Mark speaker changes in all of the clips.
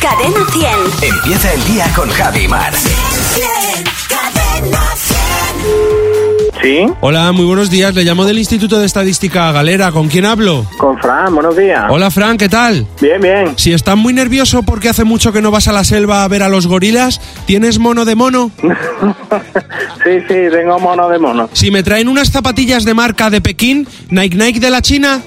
Speaker 1: Cadena 100.
Speaker 2: Empieza el día con Javi Mar.
Speaker 1: Cadena 100.
Speaker 3: Sí,
Speaker 4: Hola, muy buenos días. Le llamo del Instituto de Estadística Galera. ¿Con quién hablo?
Speaker 3: con Fran, buenos días.
Speaker 4: Hola, Fran, ¿qué tal?
Speaker 3: Bien, bien.
Speaker 4: Si estás muy nervioso porque hace mucho que no vas a la selva a ver a los gorilas, ¿tienes mono de mono?
Speaker 3: sí, sí, tengo mono de mono.
Speaker 4: Si me traen unas zapatillas de marca de Pekín, Nike Nike de la China,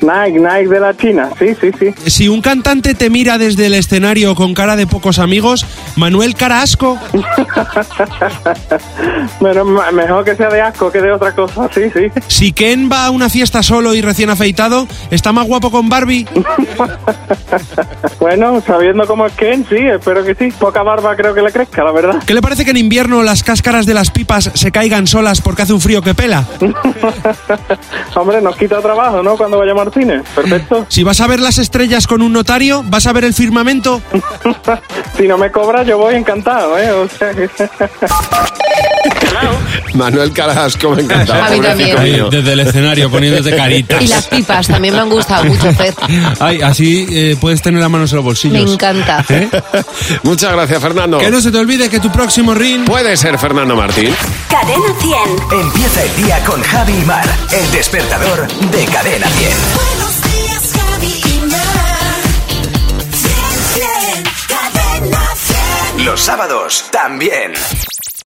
Speaker 3: Nike, Nike de la China. Sí, sí, sí.
Speaker 4: si un cantante te mira desde el escenario con cara de pocos amigos, Manuel Carasco,
Speaker 3: Pero ma- mejor que sea de asco que de otra cosa. Sí, sí.
Speaker 4: si Ken va a una fiesta solo y recién afeitado, está más guapo con Barbie.
Speaker 3: Bueno, sabiendo cómo es Ken, sí, espero que sí. Poca barba creo que le crezca, la verdad.
Speaker 4: ¿Qué le parece que en invierno las cáscaras de las pipas se caigan solas porque hace un frío que pela?
Speaker 3: Hombre, nos quita trabajo, ¿no? Cuando vayamos al cine. Perfecto.
Speaker 4: Si vas a ver las estrellas con un notario, vas a ver el firmamento.
Speaker 3: si no me cobra, yo voy encantado, ¿eh? O sea que-
Speaker 5: Manuel Carasco me encantaba.
Speaker 6: A mí
Speaker 5: pobrecito
Speaker 6: también.
Speaker 5: mío.
Speaker 4: el escenario poniéndote caritas.
Speaker 6: Y las pipas también me han gustado mucho, Fer.
Speaker 4: Ay, así eh, puedes tener las manos en los
Speaker 6: Me
Speaker 4: bolsillos.
Speaker 6: encanta.
Speaker 4: ¿Eh?
Speaker 5: Muchas gracias, Fernando.
Speaker 4: Que no se te olvide que tu próximo ring
Speaker 5: Puede ser Fernando Martín.
Speaker 1: Cadena 100.
Speaker 2: Empieza el día con Javi Mar. El despertador de Cadena 100.
Speaker 1: Buenos días, Javi y Mar. Cadena 100.
Speaker 2: Los sábados también.